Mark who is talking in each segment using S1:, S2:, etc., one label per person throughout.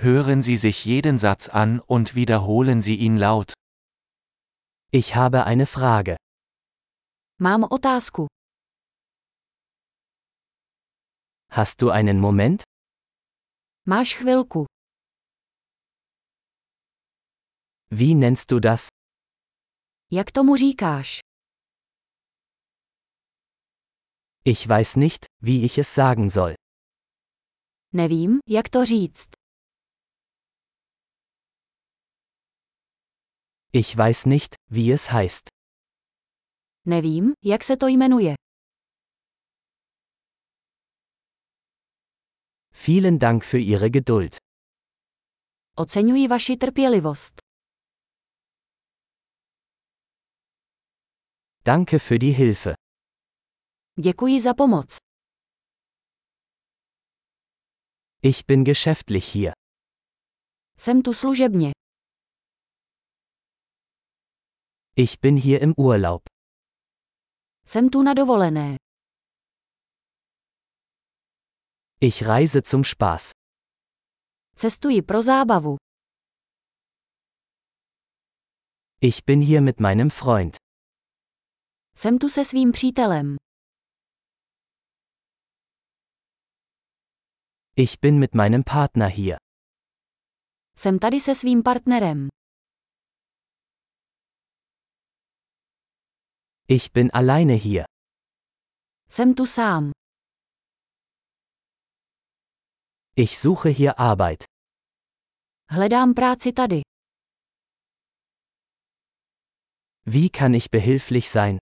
S1: Hören Sie sich jeden Satz an und wiederholen Sie ihn laut.
S2: Ich habe eine Frage.
S3: Mám otázku.
S2: Hast du einen Moment?
S3: Máš chvilku.
S2: Wie nennst du das?
S3: Jak tomu říkáš?
S2: Ich weiß nicht, wie ich es sagen soll.
S3: Nevím, jak to říct.
S2: Ich weiß nicht, wie es heißt.
S3: Nevím, jak se to jmenuje.
S2: Vielen Dank für Ihre Geduld.
S3: Oceňuji vaši trpělivost.
S2: Danke für die Hilfe.
S3: Děkuji za pomoc.
S2: Ich bin geschäftlich hier.
S3: Jsem tu služebně.
S2: Ich bin hier im Urlaub.
S3: Jsem tu na dovolené.
S2: Ich reise zum Spaß.
S3: Cestuji pro zábavu.
S2: Ich bin hier mit meinem Freund.
S3: Jsem tu se svým přítelem.
S2: Ich bin mit meinem Partner hier.
S3: Jsem tady se svým partnerem.
S2: Ich bin alleine hier.
S3: Jsem tu sám.
S2: Ich suche hier Arbeit.
S3: Hledám práci tady.
S2: Wie kann ich behilflich sein?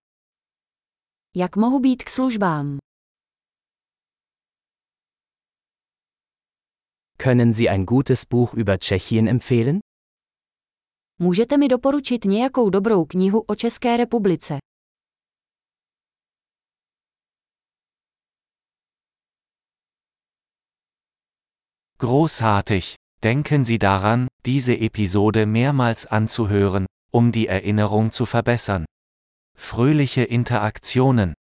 S3: Jak mohu být k službám?
S2: Können Sie ein gutes Buch über Tschechien empfehlen?
S3: Můžete mi doporučit nějakou dobrou knihu o České republice?
S1: Großartig! Denken Sie daran, diese Episode mehrmals anzuhören, um die Erinnerung zu verbessern. Fröhliche Interaktionen!